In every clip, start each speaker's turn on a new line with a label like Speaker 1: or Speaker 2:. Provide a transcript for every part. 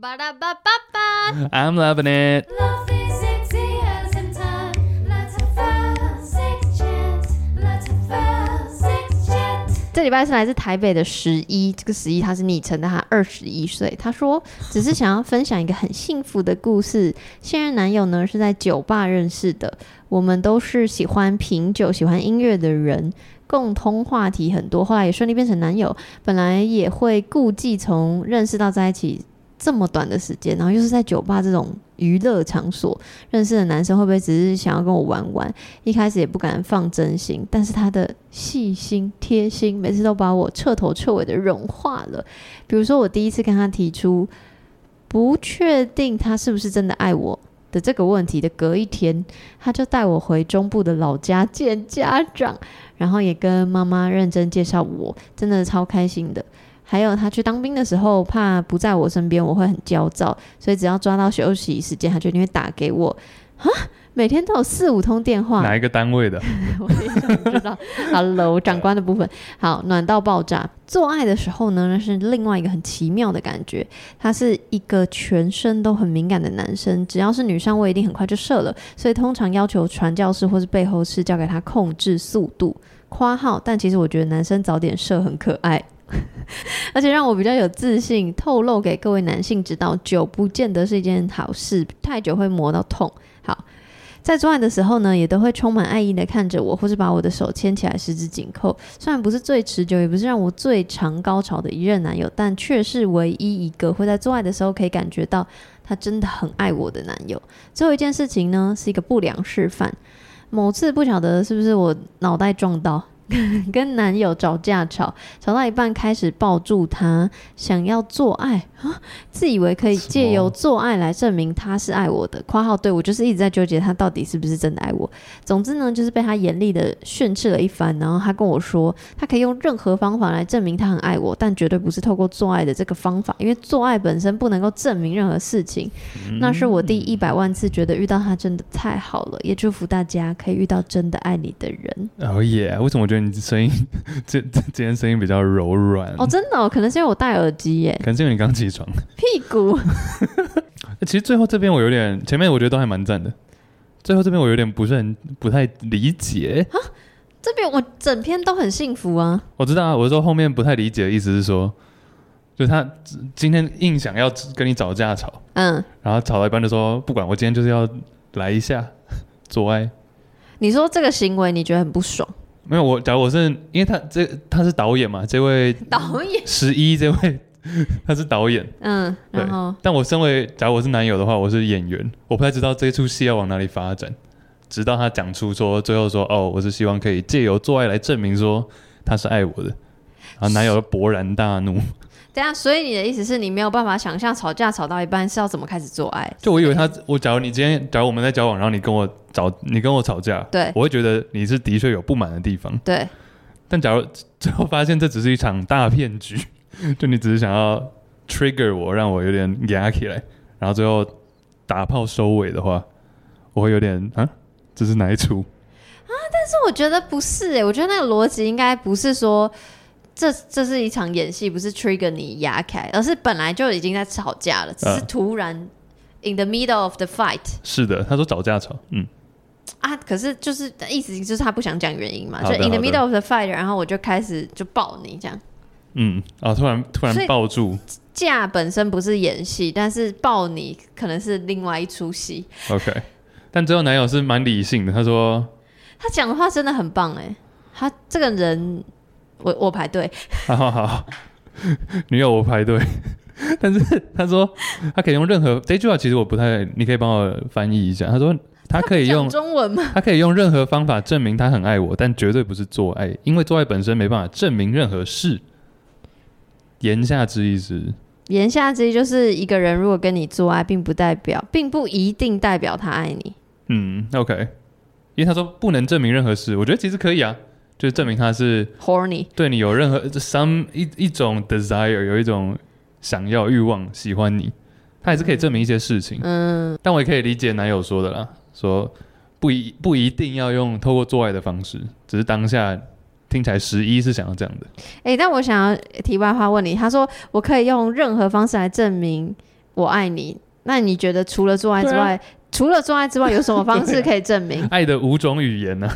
Speaker 1: 巴拉巴巴巴
Speaker 2: I'm loving it。
Speaker 3: Love is sexy as in time. Let's have a sex chat. Let's have a sex chat.
Speaker 1: 这礼拜是来自台北的十一，这个十一他是昵称的，他二十一岁。他说只是想要分享一个很幸福的故事。现任男友呢是在酒吧认识的，我们都是喜欢品酒、喜欢音乐的人，共通话题很多，后来也顺利变成男友。本来也会顾忌从认识到在一起这么短的时间，然后又是在酒吧这种娱乐场所认识的男生，会不会只是想要跟我玩玩？一开始也不敢放真心，但是他的细心贴心，每次都把我彻头彻尾的融化了。比如说，我第一次跟他提出不确定他是不是真的爱我的这个问题的隔一天，他就带我回中部的老家见家长，然后也跟妈妈认真介绍我，真的超开心的。还有他去当兵的时候，怕不在我身边我会很焦躁，所以只要抓到休息时间，他就一定会打给我。每天都有四五通电话，
Speaker 2: 哪一个单位的？
Speaker 1: 我也想知道。Hello，长官的部分，好，暖到爆炸。做爱的时候呢，那是另外一个很奇妙的感觉。他是一个全身都很敏感的男生，只要是女上位，一定很快就射了，所以通常要求传教士或是背后师交给他控制速度。夸号，但其实我觉得男生早点射很可爱。 而且让我比较有自信，透露给各位男性知道，酒不见得是一件好事，太久会磨到痛。好，在做爱的时候呢，也都会充满爱意的看着我，或是把我的手牵起来，十指紧扣。虽然不是最持久，也不是让我最长高潮的一任男友，但却是唯一一个会在做爱的时候可以感觉到他真的很爱我的男友。最后一件事情呢，是一个不良示范。某次不晓得是不是我脑袋撞到， 跟男友吵架吵，吵到一半开始抱住他，想要做爱啊，自以为可以
Speaker 2: 什么
Speaker 1: 借由做爱来证明他是爱我的。括号对我就是一直在纠结他到底是不是真的爱我。总之呢，就是被他严厉的训斥了一番，然后他跟我说，他可以用任何方法来证明他很爱我，但绝对不是透过做爱的这个方法，因为做爱本身不能够证明任何事情。那是我第一百万次觉得遇到他真的太好了，也祝福大家可以遇到真的爱你的人。
Speaker 2: 哦耶！为什么我觉得你声音 这这今天声音比较柔软？
Speaker 1: 哦，真的、哦，可能是因为我戴耳 机耶，
Speaker 2: 可能是因为你刚起床。
Speaker 1: 屁股。
Speaker 2: 其实最后这边我有点，前面我觉得都还蛮赞的，最后这边我有点不是很不太理解。
Speaker 1: 这边我整篇都很幸福啊，
Speaker 2: 我知道啊，我说后面不太理解的意思是说，就是他今天硬想要跟你吵架吵，
Speaker 1: 嗯，
Speaker 2: 然后吵到一半就说不管，我今天就是要来一下做爱。
Speaker 1: 你说这个行为你觉得很不爽，
Speaker 2: 没有我，假如我是因为他这他是导演嘛，这位
Speaker 1: 导演，
Speaker 2: 十一这位 他是导演，
Speaker 1: 嗯，
Speaker 2: 对
Speaker 1: 然后
Speaker 2: 但我身为假如我是男友的话，我是演员，我不太知道这出戏要往哪里发展，直到他讲出说最后说哦，我是希望可以借由做爱来证明说他是爱我的，然后男友勃然大怒，
Speaker 1: 等一下，所以你的意思是你没有办法想象吵架吵到一半是要怎么开始做爱？
Speaker 2: 就我以为他我假如你今天假如我们在交往，然后你跟我吵你跟我吵架，
Speaker 1: 对
Speaker 2: 我会觉得你是的确有不满的地方，
Speaker 1: 对，
Speaker 2: 但假如最后发现这只是一场大骗局，就你只是想要 trigger 我，让我有点压起来，然后最后打炮收尾的话，我会有点啊，这是哪一出？
Speaker 1: 但我觉得不是诶、我觉得那个逻辑应该不是说这这是一场演戏，不是 trigger 你牙开，而是本来就已经在吵架了，只是
Speaker 2: 嗯
Speaker 1: 突然 in the middle of the fight
Speaker 2: 是的，他说吵架吵，嗯，
Speaker 1: 啊，可是就是意思就是他不想讲原因嘛，
Speaker 2: 好
Speaker 1: 就
Speaker 2: 的
Speaker 1: in the
Speaker 2: 好的
Speaker 1: middle of the fight，然后我就开始就抱你这样。
Speaker 2: 嗯，啊，突然突
Speaker 1: 所以
Speaker 2: 然抱住
Speaker 1: 架本身不是演戏，但是抱你可能是另外一出戏。
Speaker 2: ，OK。但最后男友是蛮理性的，他说
Speaker 1: 他讲的话真的很棒诶、他这个人，我我排队，
Speaker 2: 好好好，女友我排队。 但是他说他可以用任何这句话，其实我不太，你可以帮我翻译一下。他说他可以用
Speaker 1: 讲中文吗？
Speaker 2: 他可以用任何方法证明他很爱我，但绝对不是做爱，因为做爱本身没办法证明任何事。言下之意是，
Speaker 1: 言下之意就是，一个人如果跟你做爱，并不代表，并不一定代表他爱你。
Speaker 2: 嗯，OK，因为他说不能证明任何事，我觉得其实可以啊，就是证明他是
Speaker 1: Horny，
Speaker 2: 对你有任何 some 一一种 desire，有一种想要欲望喜欢你，他还是可以证明一些事情。
Speaker 1: 嗯，
Speaker 2: 但我也可以理解男友说的啦，说不一不一定要用透过做爱的方式，只是当下听起来十一是想要这样的。
Speaker 1: 诶，但我想要题外话问你，他说我可以用任何方式来证明我爱你，那你觉得除了做爱之外，除了做爱之外，有什么方式可以证明
Speaker 2: 爱的五种语言呢、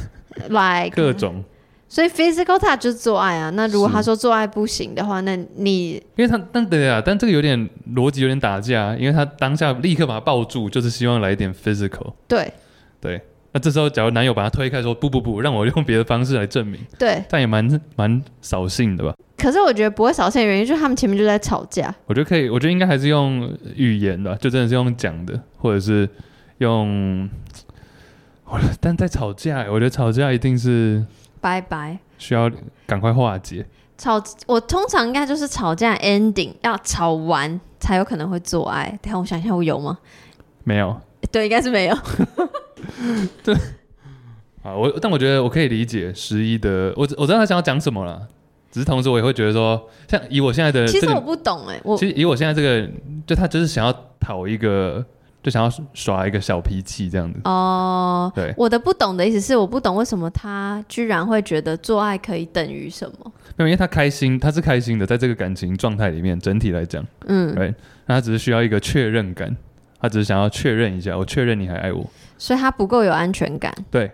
Speaker 2: 啊
Speaker 1: ？Like，
Speaker 2: 各种，
Speaker 1: 所以 physical touch 就是做爱啊。那如果
Speaker 2: 是
Speaker 1: 他说做爱不行的话，那你
Speaker 2: 因为他但对啊，但这个有点逻辑有点打架，因为他当下立刻把他抱住，就是希望来一点 physical。
Speaker 1: 对
Speaker 2: 那这时候，假如男友把他推开说不不不，让我用别的方式来证明，
Speaker 1: 对，
Speaker 2: 但也蛮蛮扫兴的吧？
Speaker 1: 可是我觉得不会少见的原因就是他们前面就在吵架，
Speaker 2: 我觉得可以，我觉得应该还是用语言吧，就真的是用讲的，或者是用，我但在吵架，我觉得吵架一定是
Speaker 1: 拜拜。
Speaker 2: 需要赶快化解。
Speaker 1: 吵，我通常应该就是吵架 ending 要吵完才有可能会做爱。等一下我想一下，我有吗？
Speaker 2: 没有
Speaker 1: 对，应该是没有。
Speaker 2: 呃啊，我但我觉得我可以理解十一的，我我知道他想要讲什么了，只是同时我也会觉得说，像以我现在的
Speaker 1: 其
Speaker 2: 这
Speaker 1: 实
Speaker 2: 个，
Speaker 1: 我不懂哎、我
Speaker 2: 其实以我现在这个，就他就是想要讨一个，就想要耍一个小脾气这样子。
Speaker 1: 哦、
Speaker 2: 对
Speaker 1: 我的不懂的意思是我不懂为什么他居然会觉得做爱可以等于什么？
Speaker 2: 没有，因为他开心，他是开心的，在这个感情状态里面，整体来讲，
Speaker 1: 嗯，
Speaker 2: 对，那他只是需要一个确认感，他只是想要确认一下，我确认你还爱我。
Speaker 1: 所以他不够有安全感。
Speaker 2: 对，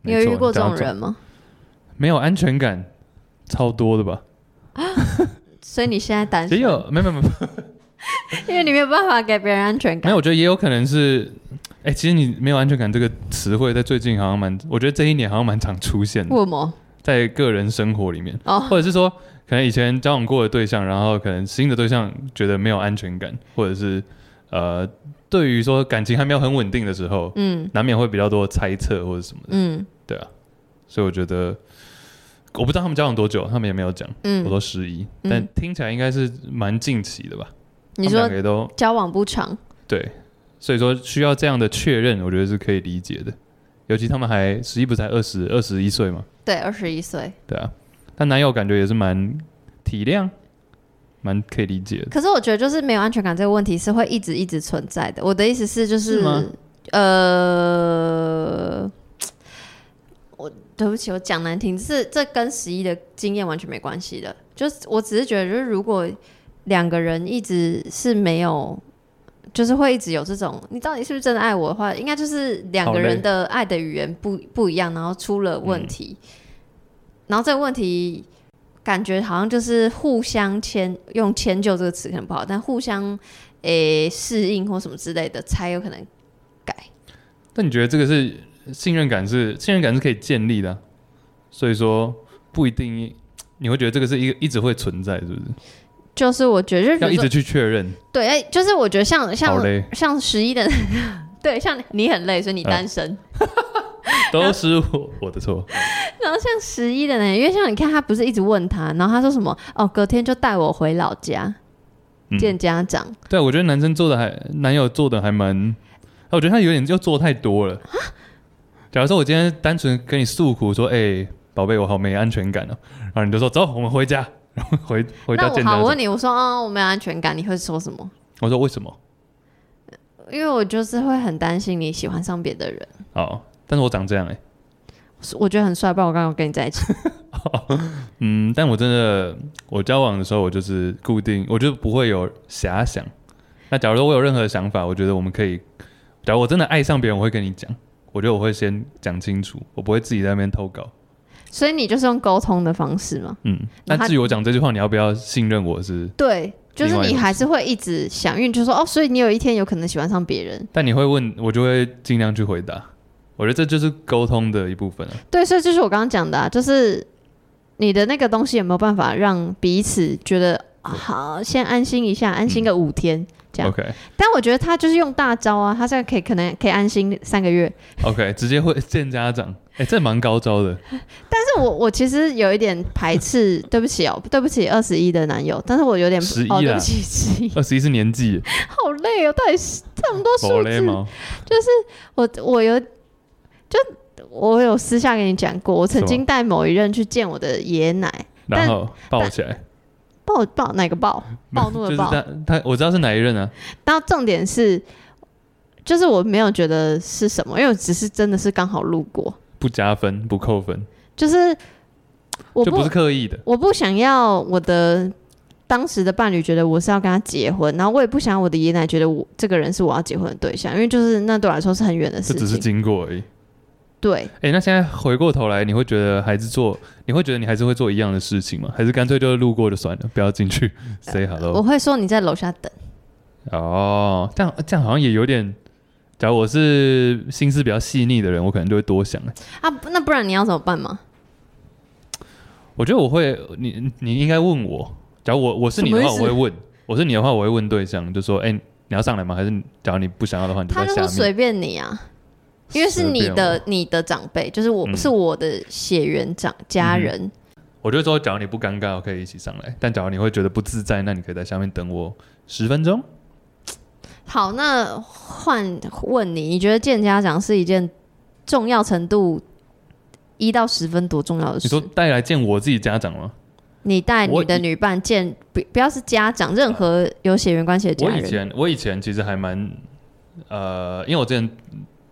Speaker 1: 你有
Speaker 2: 没错
Speaker 1: 遇过这种？
Speaker 2: 讲到
Speaker 1: 人吗？
Speaker 2: 没有安全感，超多的吧？
Speaker 1: 所以你现在单
Speaker 2: 也
Speaker 1: 身，
Speaker 2: 有，没有没有没有，
Speaker 1: 因为你没有办法给别人安全
Speaker 2: 没
Speaker 1: 感
Speaker 2: 有，。我觉得也有可能是，哎、其实你没有安全感这个词汇在最近好像蛮，我觉得这一年好像蛮常出现的，
Speaker 1: 为什么？
Speaker 2: 在个人生活里面，
Speaker 1: 哦
Speaker 2: 或者是说，可能以前交往过的对象，然后可能新的对象觉得没有安全感，或者是呃，对于说感情还没有很稳定的时候，
Speaker 1: 嗯
Speaker 2: 难免会比较多猜测或者什么的，
Speaker 1: 嗯
Speaker 2: 对啊，所以我觉得。我不知道他们交往多久，他们也没有讲。我
Speaker 1: 嗯，
Speaker 2: 说十一、
Speaker 1: 嗯
Speaker 2: 但听起来应该是蛮近期的吧？
Speaker 1: 你
Speaker 2: 他们
Speaker 1: 说
Speaker 2: 两个也都
Speaker 1: 交往不长，
Speaker 2: 对，所以说需要这样的确认，我觉得是可以理解的。尤其他们还十一不是才二十二十一岁嘛，
Speaker 1: 对，二十一岁。
Speaker 2: 对啊。但男友感觉也是蛮体谅，蛮可以理解的。
Speaker 1: 可是我觉得就是没有安全感这个问题是会一直一直存在的。我的意思是就是
Speaker 2: 是吗
Speaker 1: 呃，我对不起，我讲难听，是这跟十一的经验完全没关系的。就是我只是觉得，就是如果两个人一直是没有。就是会一直有这种，你到底是不是真的爱我的话，应该就是两个
Speaker 2: 好累
Speaker 1: 人的爱的语言不不一样，然后出了问题，然后这个问题感觉好像就是互相迁，用迁就这个词可能不好，但互相诶适、应或什么之类的，才有可能改。
Speaker 2: 但你觉得这个是信任感是信任感是可以建立的啊、所以说不一定你会觉得这个是一个一直会存在，是不是？
Speaker 1: 就是我觉得，
Speaker 2: 要
Speaker 1: 就
Speaker 2: 一直
Speaker 1: 是说
Speaker 2: 去确认，
Speaker 1: 对，哎就是我觉得像
Speaker 2: 好
Speaker 1: 像
Speaker 2: 嘞，
Speaker 1: 像十一的，对，像你很累，所以你
Speaker 2: 嗯
Speaker 1: 单身。
Speaker 2: 都是我我的错。
Speaker 1: 然后像十一的呢，因为像你看，他不是一直问他，然后他说什么哦，隔天就带我回老家
Speaker 2: 嗯
Speaker 1: 见家长，
Speaker 2: 对，我觉得男生做的还男友做的还蛮，啊我觉得他有点就做太多了。假如说我今天单纯跟你诉苦说，哎、宝贝，我好没安全感哦、然后你就说走，我们回家， 然后回回
Speaker 1: 那
Speaker 2: 家
Speaker 1: 我
Speaker 2: 见
Speaker 1: 好，
Speaker 2: 家
Speaker 1: 我
Speaker 2: 长。
Speaker 1: 问你，我说哦，我没有安全感，你会说什么？
Speaker 2: 我说为什么？
Speaker 1: 因为我就是会很担心你喜欢上别的人，
Speaker 2: 哦，但是我长这样哎、
Speaker 1: 我觉得很帅，不然我刚刚跟你在一起。
Speaker 2: 嗯，但我真的我交往的时候，我就是固定，我就不会有遐想。那假如说我有任何想法，我觉得我们可以，假如我真的爱上别人，我会跟你讲。我觉得我会先讲清楚，我不会自己在那边偷搞。
Speaker 1: 所以你就是用沟通的方式嘛？
Speaker 2: 嗯，
Speaker 1: 那
Speaker 2: 那
Speaker 1: 他
Speaker 2: 至于我讲这句话，你要不要信任我是？
Speaker 1: 对，就是
Speaker 2: 另外一
Speaker 1: 你
Speaker 2: 回
Speaker 1: 还是会一直想，因为你就说哦，所以你有一天有可能喜欢上别人。
Speaker 2: 但你会问我，就会尽量去回答。我觉得这就是沟通的一部分啊。
Speaker 1: 对，所以就是我刚刚讲的、啊，就是你的那个东西有没有办法让彼此觉得啊好，先安心一下，安
Speaker 2: 嗯
Speaker 1: 心个五天。这样
Speaker 2: OK
Speaker 1: 但我觉得他就是用大招啊，他现在可以可能可以安心三个月。
Speaker 2: OK，直 接会见家长，哎、这蛮高招的。
Speaker 1: 但是我我其实有一点排斥， 对不起哦，对不起二十一的男友，但是我有点
Speaker 2: 11
Speaker 1: 哦，对不
Speaker 2: 啦
Speaker 1: 起十一，
Speaker 2: 二十一是年纪，
Speaker 1: 好累哦，到底是这么多数
Speaker 2: 我嘞
Speaker 1: 字，
Speaker 2: 吗？
Speaker 1: 我我有就我有私下跟你讲过，我曾
Speaker 2: 什
Speaker 1: 经
Speaker 2: 么
Speaker 1: 带某一任去见我的爷爷奶，但
Speaker 2: 然后抱起来，
Speaker 1: 暴暴哪个暴暴怒
Speaker 2: 就
Speaker 1: 的
Speaker 2: 是
Speaker 1: 暴，
Speaker 2: 他他我知道是哪一任啊，
Speaker 1: 然后重点是，就是我没有觉得是什么，因为我只是真的是刚好路过，
Speaker 2: 不加分不扣分，
Speaker 1: 就是我
Speaker 2: 就
Speaker 1: 不
Speaker 2: 不是刻意的。
Speaker 1: 我不想要我的当时的伴侣觉得我是要跟他结婚，然后我也不想我的爷爷奶奶觉得我这个人是我要结婚的对象，因为就是那对我来说是很远的
Speaker 2: 这
Speaker 1: 事
Speaker 2: 只是
Speaker 1: 情。
Speaker 2: 经过而已。
Speaker 1: 对，
Speaker 2: 哎、那现在回过头来，你会觉得还是做，你会觉得你还是会做一样的事情吗？还是干脆就路过就算了，不要进去 say
Speaker 1: 我
Speaker 2: hello？
Speaker 1: 会说你在楼下等。
Speaker 2: 哦，这样这样好像也有点。假如我是心思比较细腻的人，我可能就会多想。
Speaker 1: 啊，不那不然你要怎么办嘛？
Speaker 2: 我觉得我会，你你应该问我。假如我我是你的话，
Speaker 1: 什么
Speaker 2: 我
Speaker 1: 意思
Speaker 2: 会问；我是你的话，我会问对象，就说：“哎、你要上来吗？还是假如你不想要的话，你
Speaker 1: 他
Speaker 2: 在
Speaker 1: 就
Speaker 2: 下
Speaker 1: 说
Speaker 2: 面。
Speaker 1: 随便你啊，因为是你
Speaker 2: 随便
Speaker 1: 的
Speaker 2: 我
Speaker 1: 你的长辈，就是我、
Speaker 2: 嗯
Speaker 1: 是我的血缘长家人，
Speaker 2: 我就说，假如你不尴尬，我可以一起上来；但假如你会觉得不自在，那你可以在下面等我十分钟。
Speaker 1: 好，那换问你，你觉得见家长是一件重要程度一到十分多重要的
Speaker 2: 你说
Speaker 1: 事？
Speaker 2: 带来见我自己家长吗？
Speaker 1: 你带你
Speaker 2: 我
Speaker 1: 的
Speaker 2: 以
Speaker 1: 女伴见，不不要是家长，任何有血缘关系的家
Speaker 2: 我以
Speaker 1: 人，
Speaker 2: 前我以前其实还蛮呃，因为我之前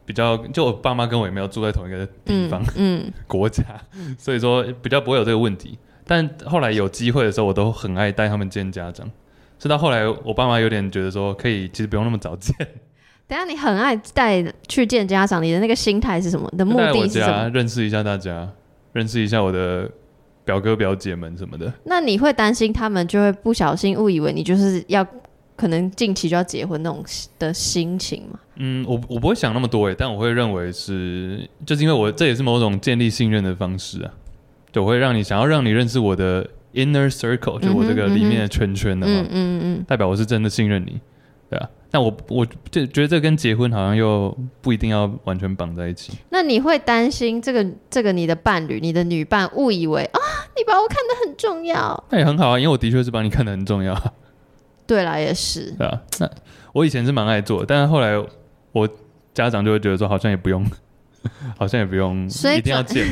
Speaker 2: 比较就我爸妈跟我也没有住在同一个地
Speaker 1: 嗯
Speaker 2: 方、
Speaker 1: 嗯，
Speaker 2: 国家， 所以说比较不会有这个问题。但后来有机会的时候，我都很爱带他们见家长。是到后来，我爸妈有点觉得说，可以其实不用那么早见，
Speaker 1: 等一下你很爱带去见家长，你的那个心态是什么？你的目
Speaker 2: 就 带来我
Speaker 1: 的是什
Speaker 2: 家
Speaker 1: 么？
Speaker 2: 认识一下大家，认识一下我的表哥表姐们什么的。
Speaker 1: 那你会担心他们就会不小心误以为你就是要可能近期就要结婚那种的心情嘛？
Speaker 2: 嗯，我我不会想那么多诶，欸但我会认为是，就是因为我这也是某种建立信任的方式啊，就我会让你想要让你认识我的 inner circle，就我这个里面的圈圈的嘛，
Speaker 1: 嗯嗯嗯，
Speaker 2: 代表我是真的信任你，对啊。但我我就觉得这跟结婚好像又不一定要完全绑在一起，
Speaker 1: 那你会担心这个这个你的伴侣、你的女伴误以为啊，你把我看得很重要？
Speaker 2: 那也很好啊，因为我的确是把你看得很重要啊，
Speaker 1: 对啦，也是。
Speaker 2: 对啊。那我以前是蛮爱做的，但是后来我家长就会觉得说好像也不用， 好像也不用
Speaker 1: 所以
Speaker 2: 一定要见，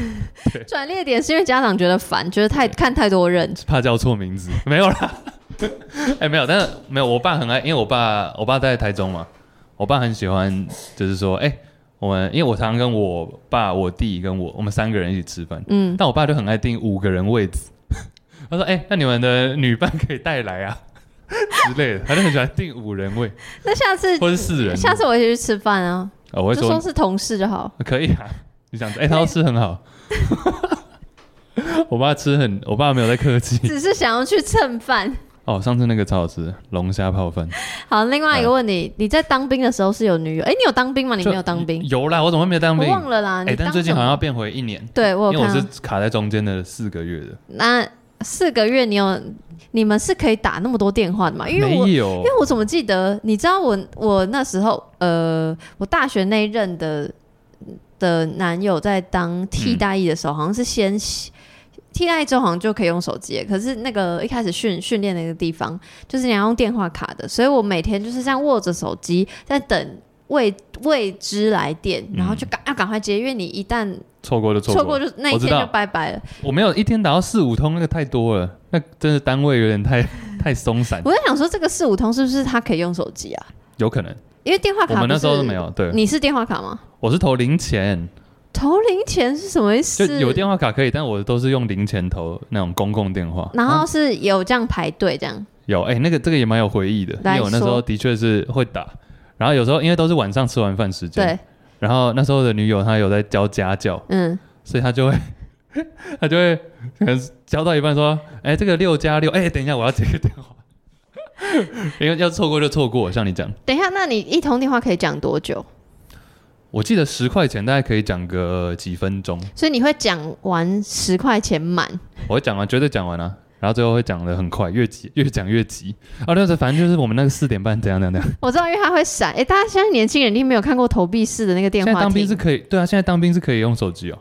Speaker 1: 转捩点是因为家长觉得烦，觉得太看太多人，
Speaker 2: 怕叫错名字， 没有啦。哎、没有，但是没有，我爸很爱，因为我爸我爸在台中嘛，我爸很喜欢，就是说，哎、我们因为我常常跟我爸、我弟跟我，我们三个人一起吃饭，
Speaker 1: 嗯，
Speaker 2: 但我爸就很爱订五个人位置。 他说：“哎、那你们的女伴可以带来啊 之类的，他就很喜欢订五人位
Speaker 1: 那下次
Speaker 2: 或是四人。
Speaker 1: 下次我一起去吃饭啊，
Speaker 2: 哦我会
Speaker 1: 就
Speaker 2: 说
Speaker 1: 说是同事就好。
Speaker 2: 可以啊，你想哎、他要吃很好。 我爸吃很，我爸没有在客气。
Speaker 1: 只是想要去蹭饭。
Speaker 2: 哦，上次那个超好吃，龙虾泡饭。
Speaker 1: 好，另外一个问题，你在当兵的时候是有女友？哎、你有当兵吗？你
Speaker 2: 哎就
Speaker 1: 没有当兵，
Speaker 2: 有啦，我怎么会没有当
Speaker 1: 我
Speaker 2: 兵？
Speaker 1: 忘了啦。
Speaker 2: 哎、
Speaker 1: 你当
Speaker 2: 但最近
Speaker 1: 什
Speaker 2: 好
Speaker 1: 么
Speaker 2: 像要变回一年，
Speaker 1: 对我
Speaker 2: 因为
Speaker 1: 有
Speaker 2: 我
Speaker 1: 看
Speaker 2: 是
Speaker 1: 到
Speaker 2: 卡在中间的四个月的，
Speaker 1: 那四个月，你有你们是可以打那么多电话的嘛？因为我
Speaker 2: 没有
Speaker 1: 因为我怎么记得？你知道我我那时候呃，我大学那一任的的男友在
Speaker 2: 嗯
Speaker 1: 当替代役的时候，好像是先替代役之后好像就可以用手机了，可是那个一开始训训练那个地方，就是你要用电话卡的，所以我每天就是这样握着手机在等。未未知来电，然后就赶要赶快接，因为你一旦
Speaker 2: 错过就错
Speaker 1: 错
Speaker 2: 过，
Speaker 1: 过就那一
Speaker 2: 我知
Speaker 1: 天
Speaker 2: 道
Speaker 1: 就拜拜了。
Speaker 2: 我没有一天打到四五通，那个太多了，那真的单位有点 太太松散，
Speaker 1: 我在想说，这个四五通是不是他可以用手机啊？
Speaker 2: 有可能
Speaker 1: 因为电话
Speaker 2: 我
Speaker 1: 卡
Speaker 2: 们那时候
Speaker 1: 不
Speaker 2: 都
Speaker 1: 是
Speaker 2: 没。有，对，
Speaker 1: 你是电话卡吗？
Speaker 2: 我是投零钱，
Speaker 1: 投零钱是什么意
Speaker 2: 就
Speaker 1: 思？
Speaker 2: 有电话卡可以，但我都是用零钱投那种公共电话，啊
Speaker 1: 然后是有这样排队这样，
Speaker 2: 有，哎、那个这个也蛮有回忆的，因
Speaker 1: 来
Speaker 2: 为我那时
Speaker 1: 说
Speaker 2: 候的确是会打，然后有时候因为都是晚上吃完饭时间，
Speaker 1: 对，
Speaker 2: 然后那时候的女友她有在教家教。
Speaker 1: 嗯，
Speaker 2: 所以他就会 他就会 可能教到一半说：“哎、这个六加六，哎，等一下，我要接个电话。” 因为要错过就错过，像你讲，
Speaker 1: 等一下，那你一通电话可以讲多久？
Speaker 2: 我记得十块钱大概可以讲个呃几分钟，
Speaker 1: 所以你会讲完十块钱满，
Speaker 2: 我会讲完，绝对讲完了、然后最后会讲的很快，越急越讲越急啊！那是反正就是我们那个四点半怎样怎样怎样。
Speaker 1: 我知道，因为它会闪。哎、大家现在年轻人一定没有看过投币式的那个电
Speaker 2: 现在
Speaker 1: 话
Speaker 2: 当兵
Speaker 1: 亭
Speaker 2: 是可以，对啊，现在当兵是可以用手机哦。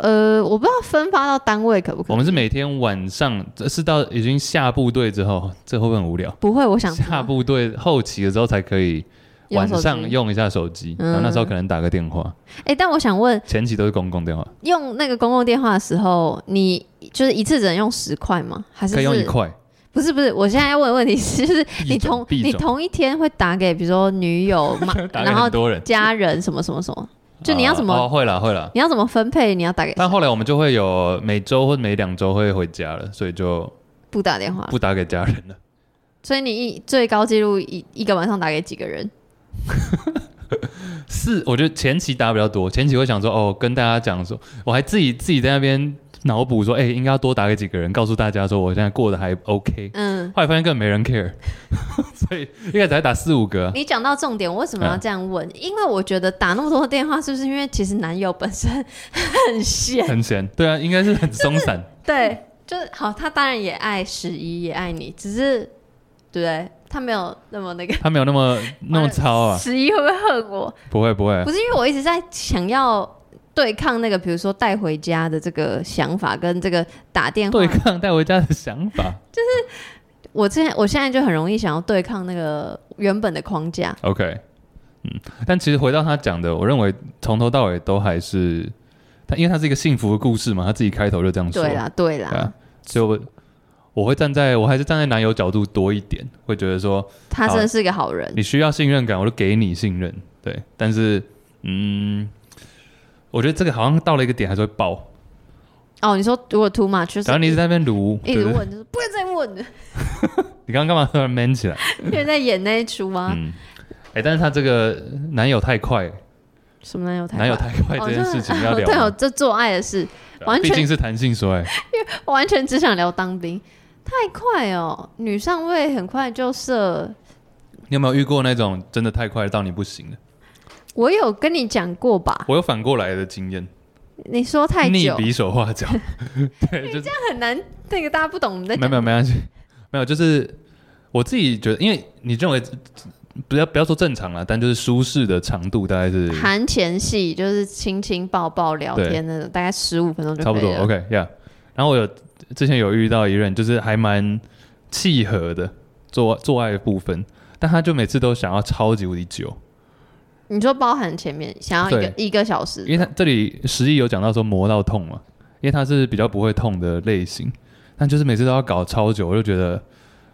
Speaker 1: 呃，我不知道分发到单位可不可以。
Speaker 2: 我们是每天晚上，这是到已经下部队之后，这会不会很无聊？
Speaker 1: 不会，我想
Speaker 2: 下部队后期的时候才可以
Speaker 1: 用
Speaker 2: 晚
Speaker 1: 手机
Speaker 2: 上。用一下手机，
Speaker 1: 嗯
Speaker 2: 然后那时候可能打个电话，
Speaker 1: 哎、但我想问，
Speaker 2: 前期都是公共电话，
Speaker 1: 用那个公共电话的时候，你就是一次只能用十块吗？还是
Speaker 2: 可以用一
Speaker 1: 是？
Speaker 2: 块，不
Speaker 1: 不是不是，我现在要问的问题是， 就是你
Speaker 2: 币种
Speaker 1: 同
Speaker 2: 币
Speaker 1: 你
Speaker 2: 种，
Speaker 1: 同一天会打给比如说女友嘛
Speaker 2: 打给
Speaker 1: 然后
Speaker 2: 很多人，
Speaker 1: 家人什么什么什 么，就你要怎么、
Speaker 2: 哦，哦会了会了。
Speaker 1: 你要怎么分配？你要打给谁
Speaker 2: 但后来我们就会有每周或每两周会回家了，所以就
Speaker 1: 不打电话，
Speaker 2: 不打给家人了。
Speaker 1: 所以你一最高记录一一个晚上打给几个人？
Speaker 2: 是，我觉得前期打比较多，前期会想说哦，跟大家讲说，我还自己自己在那边脑补说，哎、应该要多打给几个人，告诉大家说我现在过得还 OK。
Speaker 1: 嗯，
Speaker 2: 后来发现根本没人 care，所以一开始还打四五个啊、
Speaker 1: 你讲到重点，我为什么要这样
Speaker 2: 嗯
Speaker 1: 问？因为我觉得打那么多电话，是不是因为其实男友本身 很闲？
Speaker 2: 很闲，对啊，应该是很松 散，
Speaker 1: 对，就是好，他当然也爱十一，也爱你，只是对不对？他没有那么 那个。
Speaker 2: 他没有那么那么糙啊，
Speaker 1: 十一会不会恨我？
Speaker 2: 不会不 会
Speaker 1: 哎不，是因为我一直在想要对抗那个，比如说带回家的这个想法，跟这个打电话
Speaker 2: 对抗带回家的想法
Speaker 1: 我之前，我现在就很容易想要对抗那个原本的框架。
Speaker 2: ，OK，嗯，但其实回到他讲的，我认为从头到尾都还是他，因为他是一个幸福的故事嘛，他自己开头就这样说，
Speaker 1: 对啦，对
Speaker 2: 对啊
Speaker 1: 啦，，
Speaker 2: 所以我我会站在我还是站在男友角度多一点，会觉得说
Speaker 1: 他真的是个好人。
Speaker 2: 你需要信任感，我就给你信任，对，但是嗯，我觉得这个好像到了一个点还是会爆，
Speaker 1: 哦，你说如果 too much，就是
Speaker 2: 然后你一直在那边撸，对
Speaker 1: 一直
Speaker 2: 不对？
Speaker 1: 问，就是不要再问 了，
Speaker 2: 你刚刚干嘛突然 man 起来？
Speaker 1: 因为在演那一出啊吗？
Speaker 2: 嗯，哎、但是他这个男友太快，
Speaker 1: 什么男友太
Speaker 2: 男友
Speaker 1: 坏
Speaker 2: 太快这件事情要
Speaker 1: 哦
Speaker 2: 聊啊
Speaker 1: 真的 对哦，
Speaker 2: 吗，
Speaker 1: 这做爱的事，
Speaker 2: 对啊
Speaker 1: 完
Speaker 2: 毕
Speaker 1: 全
Speaker 2: 竟是弹性说爱，
Speaker 1: 我完全只想聊当兵，太快哦，女上位很快就射。
Speaker 2: 你有没有遇过那种真的太快到你不行了？
Speaker 1: 我有跟你讲过吧？
Speaker 2: 我有反过来的经验，
Speaker 1: 你说太
Speaker 2: 逆
Speaker 1: 久
Speaker 2: 比手画 脚，对，就是
Speaker 1: 很难，那个大家不懂我们在
Speaker 2: 没有
Speaker 1: 讲
Speaker 2: 没有没关系，没有就是我自己觉得，因为你认为不要不要说正常了，但就是舒适的长度大概是
Speaker 1: 含前戏，就是亲亲抱抱聊
Speaker 2: 对
Speaker 1: 天那种，大概十五分钟就
Speaker 2: 差不
Speaker 1: 可以
Speaker 2: 多
Speaker 1: 了
Speaker 2: OK yeah。然后我有之前有遇到一任，就是还蛮契合的做做爱的部分，但他就每次都想要超级无敌久，
Speaker 1: 你说包含前面想要一个一个小时的，
Speaker 2: 因为他这里实意有讲到说磨到痛嘛，因为他是比较不会痛的类型，但就是每次都要搞超久，我就觉得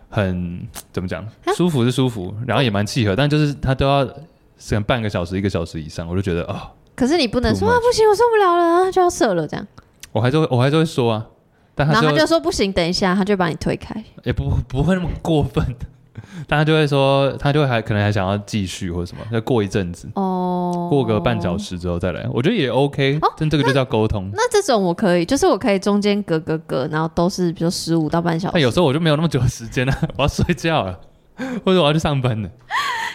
Speaker 2: 很怎么讲，
Speaker 1: 啊
Speaker 2: 舒服是舒服，然后也蛮契合，但就是他都要整半个小时、一个小时以上，我就觉得啊、
Speaker 1: 可是你不能
Speaker 2: Too
Speaker 1: 说啊
Speaker 2: much
Speaker 1: 不行，我受不了了，啊就要射了这样。
Speaker 2: 我还是会我还是会说啊，但
Speaker 1: 然
Speaker 2: 他
Speaker 1: 后
Speaker 2: 就
Speaker 1: 他就说不行，等一下，他就把你推开。
Speaker 2: 也不不会那么过分， 但他就会说，他就会还可能还想要继续或者什么，再过一阵子。
Speaker 1: 哦，
Speaker 2: 过个半小。时之后再来，我觉得也 OK，、
Speaker 1: 哦
Speaker 2: 但这个就叫沟通。
Speaker 1: 那这种我可以，就是我可以中间隔隔隔，然后都是比如十五到半小
Speaker 2: 但哎有
Speaker 1: 时。
Speaker 2: 时候我就没有那么久的时间了、啊 我要睡觉了， 或者我要去上班了。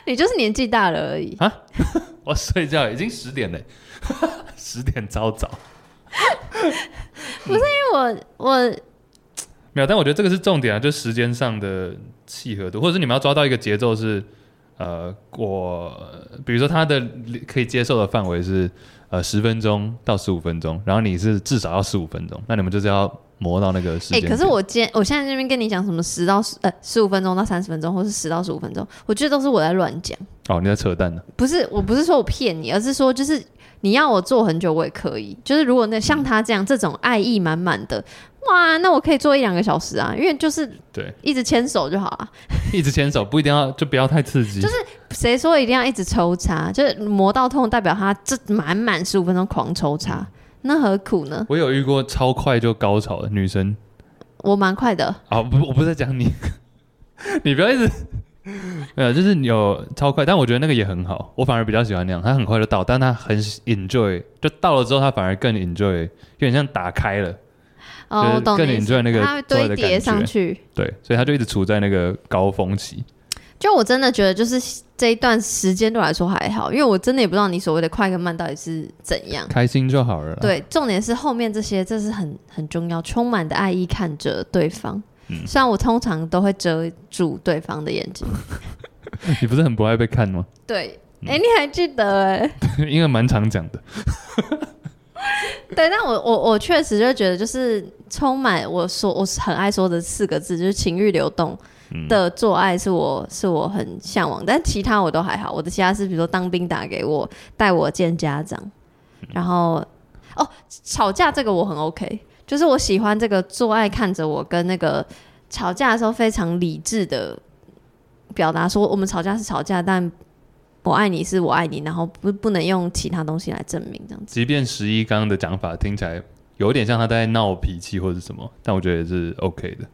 Speaker 1: 你就是年纪大了而已，
Speaker 2: 我睡觉了已经十点了， 十点超早。
Speaker 1: 因为我我
Speaker 2: 没有，但我觉得这个是重点啊，就时间上的契合度，或者是你们要抓到一个节奏是，呃，我比如说他的可以接受的范围是呃十分钟到十五分钟，然后你是至少要十五分钟，那你们就是要磨到那个时
Speaker 1: 哎、
Speaker 2: 间点。
Speaker 1: 可是我今天我现在这边跟你讲什么十到十呃十五分钟到三十分钟，或是十到十五分钟，我觉得都是我在乱讲。
Speaker 2: 哦，你在扯 淡呢、
Speaker 1: 不是，我不是说我骗你，而是说就是你要我做很久，我也可以。就是如果那像他这样这种爱意满满的，哇，那我可以做一两个小时啊，因为就是
Speaker 2: 对，
Speaker 1: 一直牵手就好了。
Speaker 2: 一直牵手不一定要，就不要太刺激。
Speaker 1: 就是谁说一定要一直抽插？就是磨到痛，代表他这满满十五分钟狂抽插，
Speaker 2: 嗯
Speaker 1: 那何苦呢？
Speaker 2: 我有遇过超快就高潮的女生，
Speaker 1: 我蛮快的，
Speaker 2: 啊，不，我不是在讲你， 你不要一直，没有，就是你有超快，但我觉得那个也很好，我反而比较喜欢那样，他很快就到，但他很 enjoy，就到了之后他反而更 enjoy，有点像打开了，
Speaker 1: 哦，我懂
Speaker 2: 更
Speaker 1: 你意思
Speaker 2: enjoy 那个
Speaker 1: 它会
Speaker 2: 做爱
Speaker 1: 堆
Speaker 2: 的
Speaker 1: 叠
Speaker 2: 感
Speaker 1: 上
Speaker 2: 觉
Speaker 1: 去。
Speaker 2: 对，所以他就一直处在那个高峰期，
Speaker 1: 就我真的觉得，就是这一段时间对我来说还好，因为我真的也不知道你所谓的快跟慢到底是怎样。
Speaker 2: 开心就好了啦。
Speaker 1: 对，重点是后面这些，这是很很重要，充满的爱意看着对方。
Speaker 2: 嗯
Speaker 1: 虽然我通常都会遮住对方的眼睛。
Speaker 2: 你不是很不爱被看吗？
Speaker 1: 对，
Speaker 2: 嗯
Speaker 1: 哎、你还记得哎、
Speaker 2: 因为蛮常讲的，
Speaker 1: 对，但我我我确实就觉得，就是充满我说我很爱说的四个字，就是情欲流动
Speaker 2: 嗯
Speaker 1: 的做爱，是我是我很向往。但其他我都还好，我的其他是比如说当兵打给我，带我见家长，然后哦吵架这个我很 OK，就是我喜欢这个做爱看着我跟那个吵架的时候非常理智的表达说我们吵架是吵架，但。我爱你是我爱你，然后不不能用其他东西来证明这样子。
Speaker 2: 即便十一刚刚的讲法听起来有点像他在闹脾气或者什么，但我觉得也是 OK 的。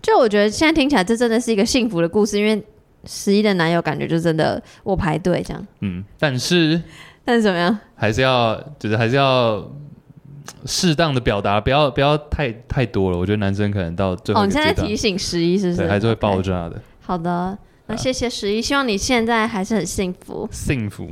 Speaker 1: 就我觉得现在听起来，这真的是一个幸福的故事，因为十一的男友感觉就真的我排队这样，
Speaker 2: 嗯，但是
Speaker 1: 但是怎么样？
Speaker 2: 还是要就是还是要嗯适当的表达，不要不要太太多了。我觉得男生可能到最后
Speaker 1: 哦，
Speaker 2: 一
Speaker 1: 你
Speaker 2: 个
Speaker 1: 现在
Speaker 2: 阶段，
Speaker 1: 提醒十一是不
Speaker 2: 对
Speaker 1: 是？
Speaker 2: 还是会爆
Speaker 1: OK。
Speaker 2: 炸的。
Speaker 1: 好的，那
Speaker 2: 啊
Speaker 1: 谢谢十一，希望你现在还是很幸福。
Speaker 2: 幸福，